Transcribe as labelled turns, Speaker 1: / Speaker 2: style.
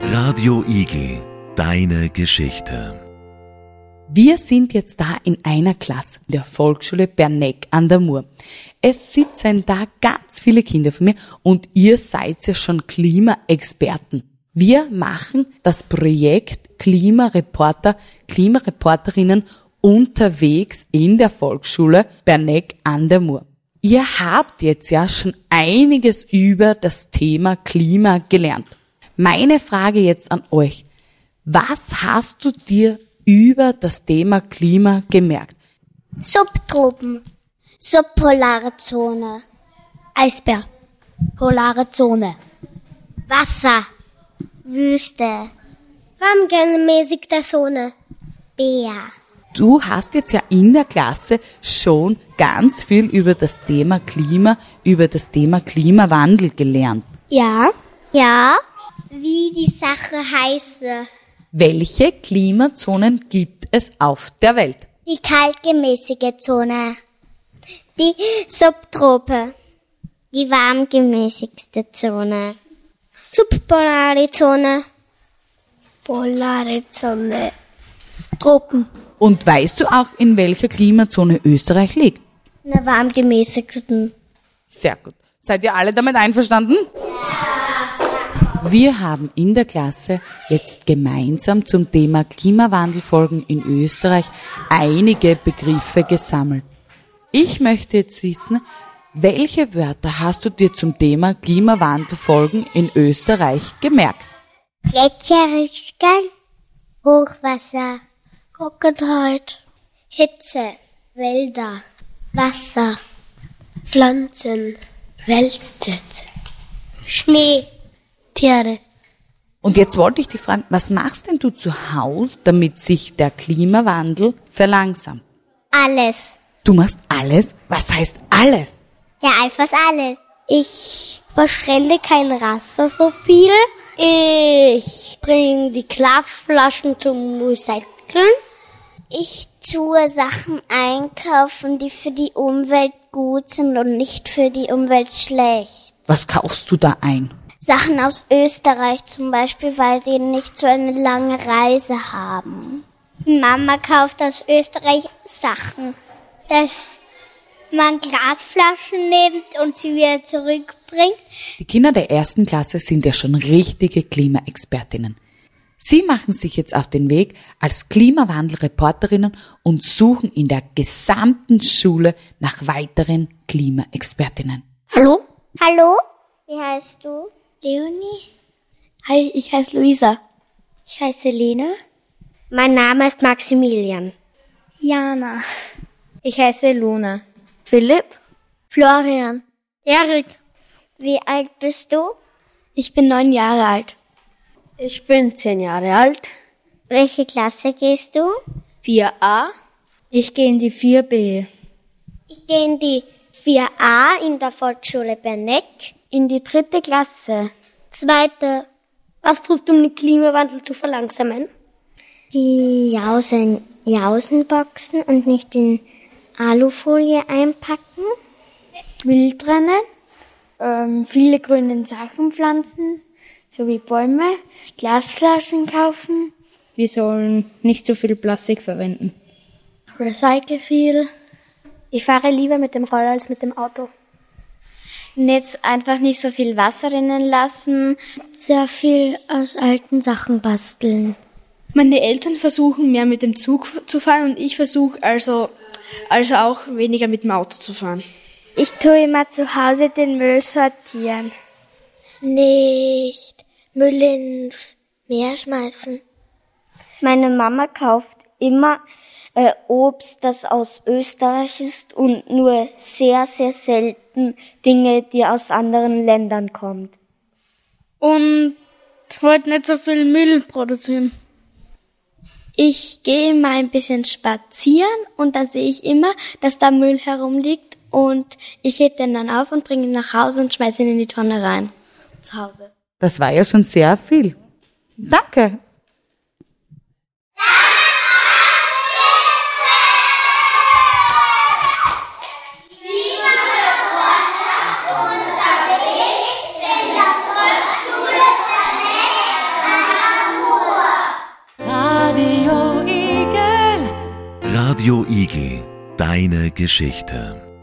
Speaker 1: Radio Igel, deine Geschichte.
Speaker 2: Wir sind jetzt da in einer Klasse der Volksschule Berneck an der Mur. Es sitzen da ganz viele Kinder von mir und ihr seid ja schon Klimaexperten. Wir machen das Projekt Klimareporter, Klimareporterinnen unterwegs in der Volksschule Berneck an der Mur. Ihr habt jetzt ja schon einiges über das Thema Klima gelernt. Meine Frage jetzt an euch. Was hast du dir über das Thema Klima gemerkt?
Speaker 3: Subtropen, subpolare Zone, Eisbär, polare Zone, Wasser, Wüste, warmgemäßig der Zone, Bär.
Speaker 2: Du hast jetzt ja in der Klasse schon ganz viel über das Thema Klima, über das Thema Klimawandel gelernt.
Speaker 3: Ja, ja. Wie die Sache heiße.
Speaker 2: Welche Klimazonen gibt es auf der Welt?
Speaker 3: Die kaltgemäßige Zone. Die Subtrope. Die warmgemäßigste Zone. Subpolare Zone. Polare Zone. Tropen.
Speaker 2: Und weißt du auch, in welcher Klimazone Österreich liegt?
Speaker 3: In der warmgemäßigsten.
Speaker 2: Sehr gut. Seid ihr alle damit einverstanden? Wir haben in der Klasse jetzt gemeinsam zum Thema Klimawandelfolgen in Österreich einige Begriffe gesammelt. Ich möchte jetzt wissen, welche Wörter hast du dir zum Thema Klimawandelfolgen in Österreich gemerkt?
Speaker 3: Gletscherrückgang. Hochwasser. Trockenheit. Hitze. Wälder. Wasser. Pflanzen. Wälztet. Schnee. Tiere.
Speaker 2: Und jetzt wollte ich dich fragen, was machst denn du zu Hause, damit sich der Klimawandel verlangsamt?
Speaker 3: Alles.
Speaker 2: Du machst alles? Was heißt alles?
Speaker 3: Ja, einfach alles. Ich verschwende kein Raster so viel. Ich bringe die Klappflaschen zum Recyceln. Ich tue Sachen einkaufen, die für die Umwelt gut sind und nicht für die Umwelt schlecht.
Speaker 2: Was kaufst du da ein?
Speaker 3: Sachen aus Österreich zum Beispiel, weil die nicht so eine lange Reise haben. Mama kauft aus Österreich Sachen, dass man Glasflaschen nimmt und sie wieder zurückbringt.
Speaker 2: Die Kinder der ersten Klasse sind ja schon richtige Klimaexpertinnen. Sie machen sich jetzt auf den Weg als Klimawandelreporterinnen und suchen in der gesamten Schule nach weiteren Klimaexpertinnen.
Speaker 4: Hallo?
Speaker 3: Hallo? Wie heißt du? Leonie.
Speaker 4: Hi, ich heiße Luisa.
Speaker 3: Ich heiße Lena. Mein Name ist Maximilian. Jana. Ich heiße Luna.
Speaker 4: Philipp? Florian.
Speaker 3: Erik. Wie alt bist du?
Speaker 4: Ich bin neun Jahre alt.
Speaker 5: Ich bin zehn Jahre alt.
Speaker 3: Welche Klasse gehst du?
Speaker 5: 4a. Ich gehe in die 4b.
Speaker 3: Ich gehe in die 4a in der Volksschule Berneck. In die dritte Klasse. Zweite.
Speaker 4: Was tust du, um den Klimawandel zu verlangsamen?
Speaker 3: Die Jausen, Jausenboxen und nicht in Alufolie einpacken.
Speaker 4: Wild rennen?
Speaker 5: Ähm, viele grüne Sachen pflanzen, sowie Bäume, Glasflaschen kaufen. Wir sollen nicht so viel Plastik verwenden.
Speaker 4: Recycle viel.
Speaker 6: Ich fahre lieber mit dem Roller als mit dem Auto.
Speaker 7: Netz einfach nicht so viel Wasser rinnen lassen.
Speaker 3: Sehr viel aus alten Sachen basteln.
Speaker 8: Meine Eltern versuchen mehr mit dem Zug zu fahren und ich versuche also, also auch weniger mit dem Auto zu fahren.
Speaker 6: Ich tue immer zu Hause den Müll sortieren.
Speaker 3: Nicht Müll ins Meer schmeißen.
Speaker 6: Meine Mama kauft immer äh, Obst, das aus Österreich ist und nur sehr, sehr selten Dinge, die aus anderen Ländern kommt.
Speaker 9: Und heute nicht so viel Müll produzieren.
Speaker 4: Ich gehe mal ein bisschen spazieren und dann sehe ich immer, dass da Müll herumliegt und ich heb den dann auf und bringe ihn nach Hause und schmeiße ihn in die Tonne rein. Zu Hause.
Speaker 2: Das war ja schon sehr viel. Danke.
Speaker 3: Unterwegs in der Volksschule Berneck an der
Speaker 1: Radio Igel, deine Geschichte.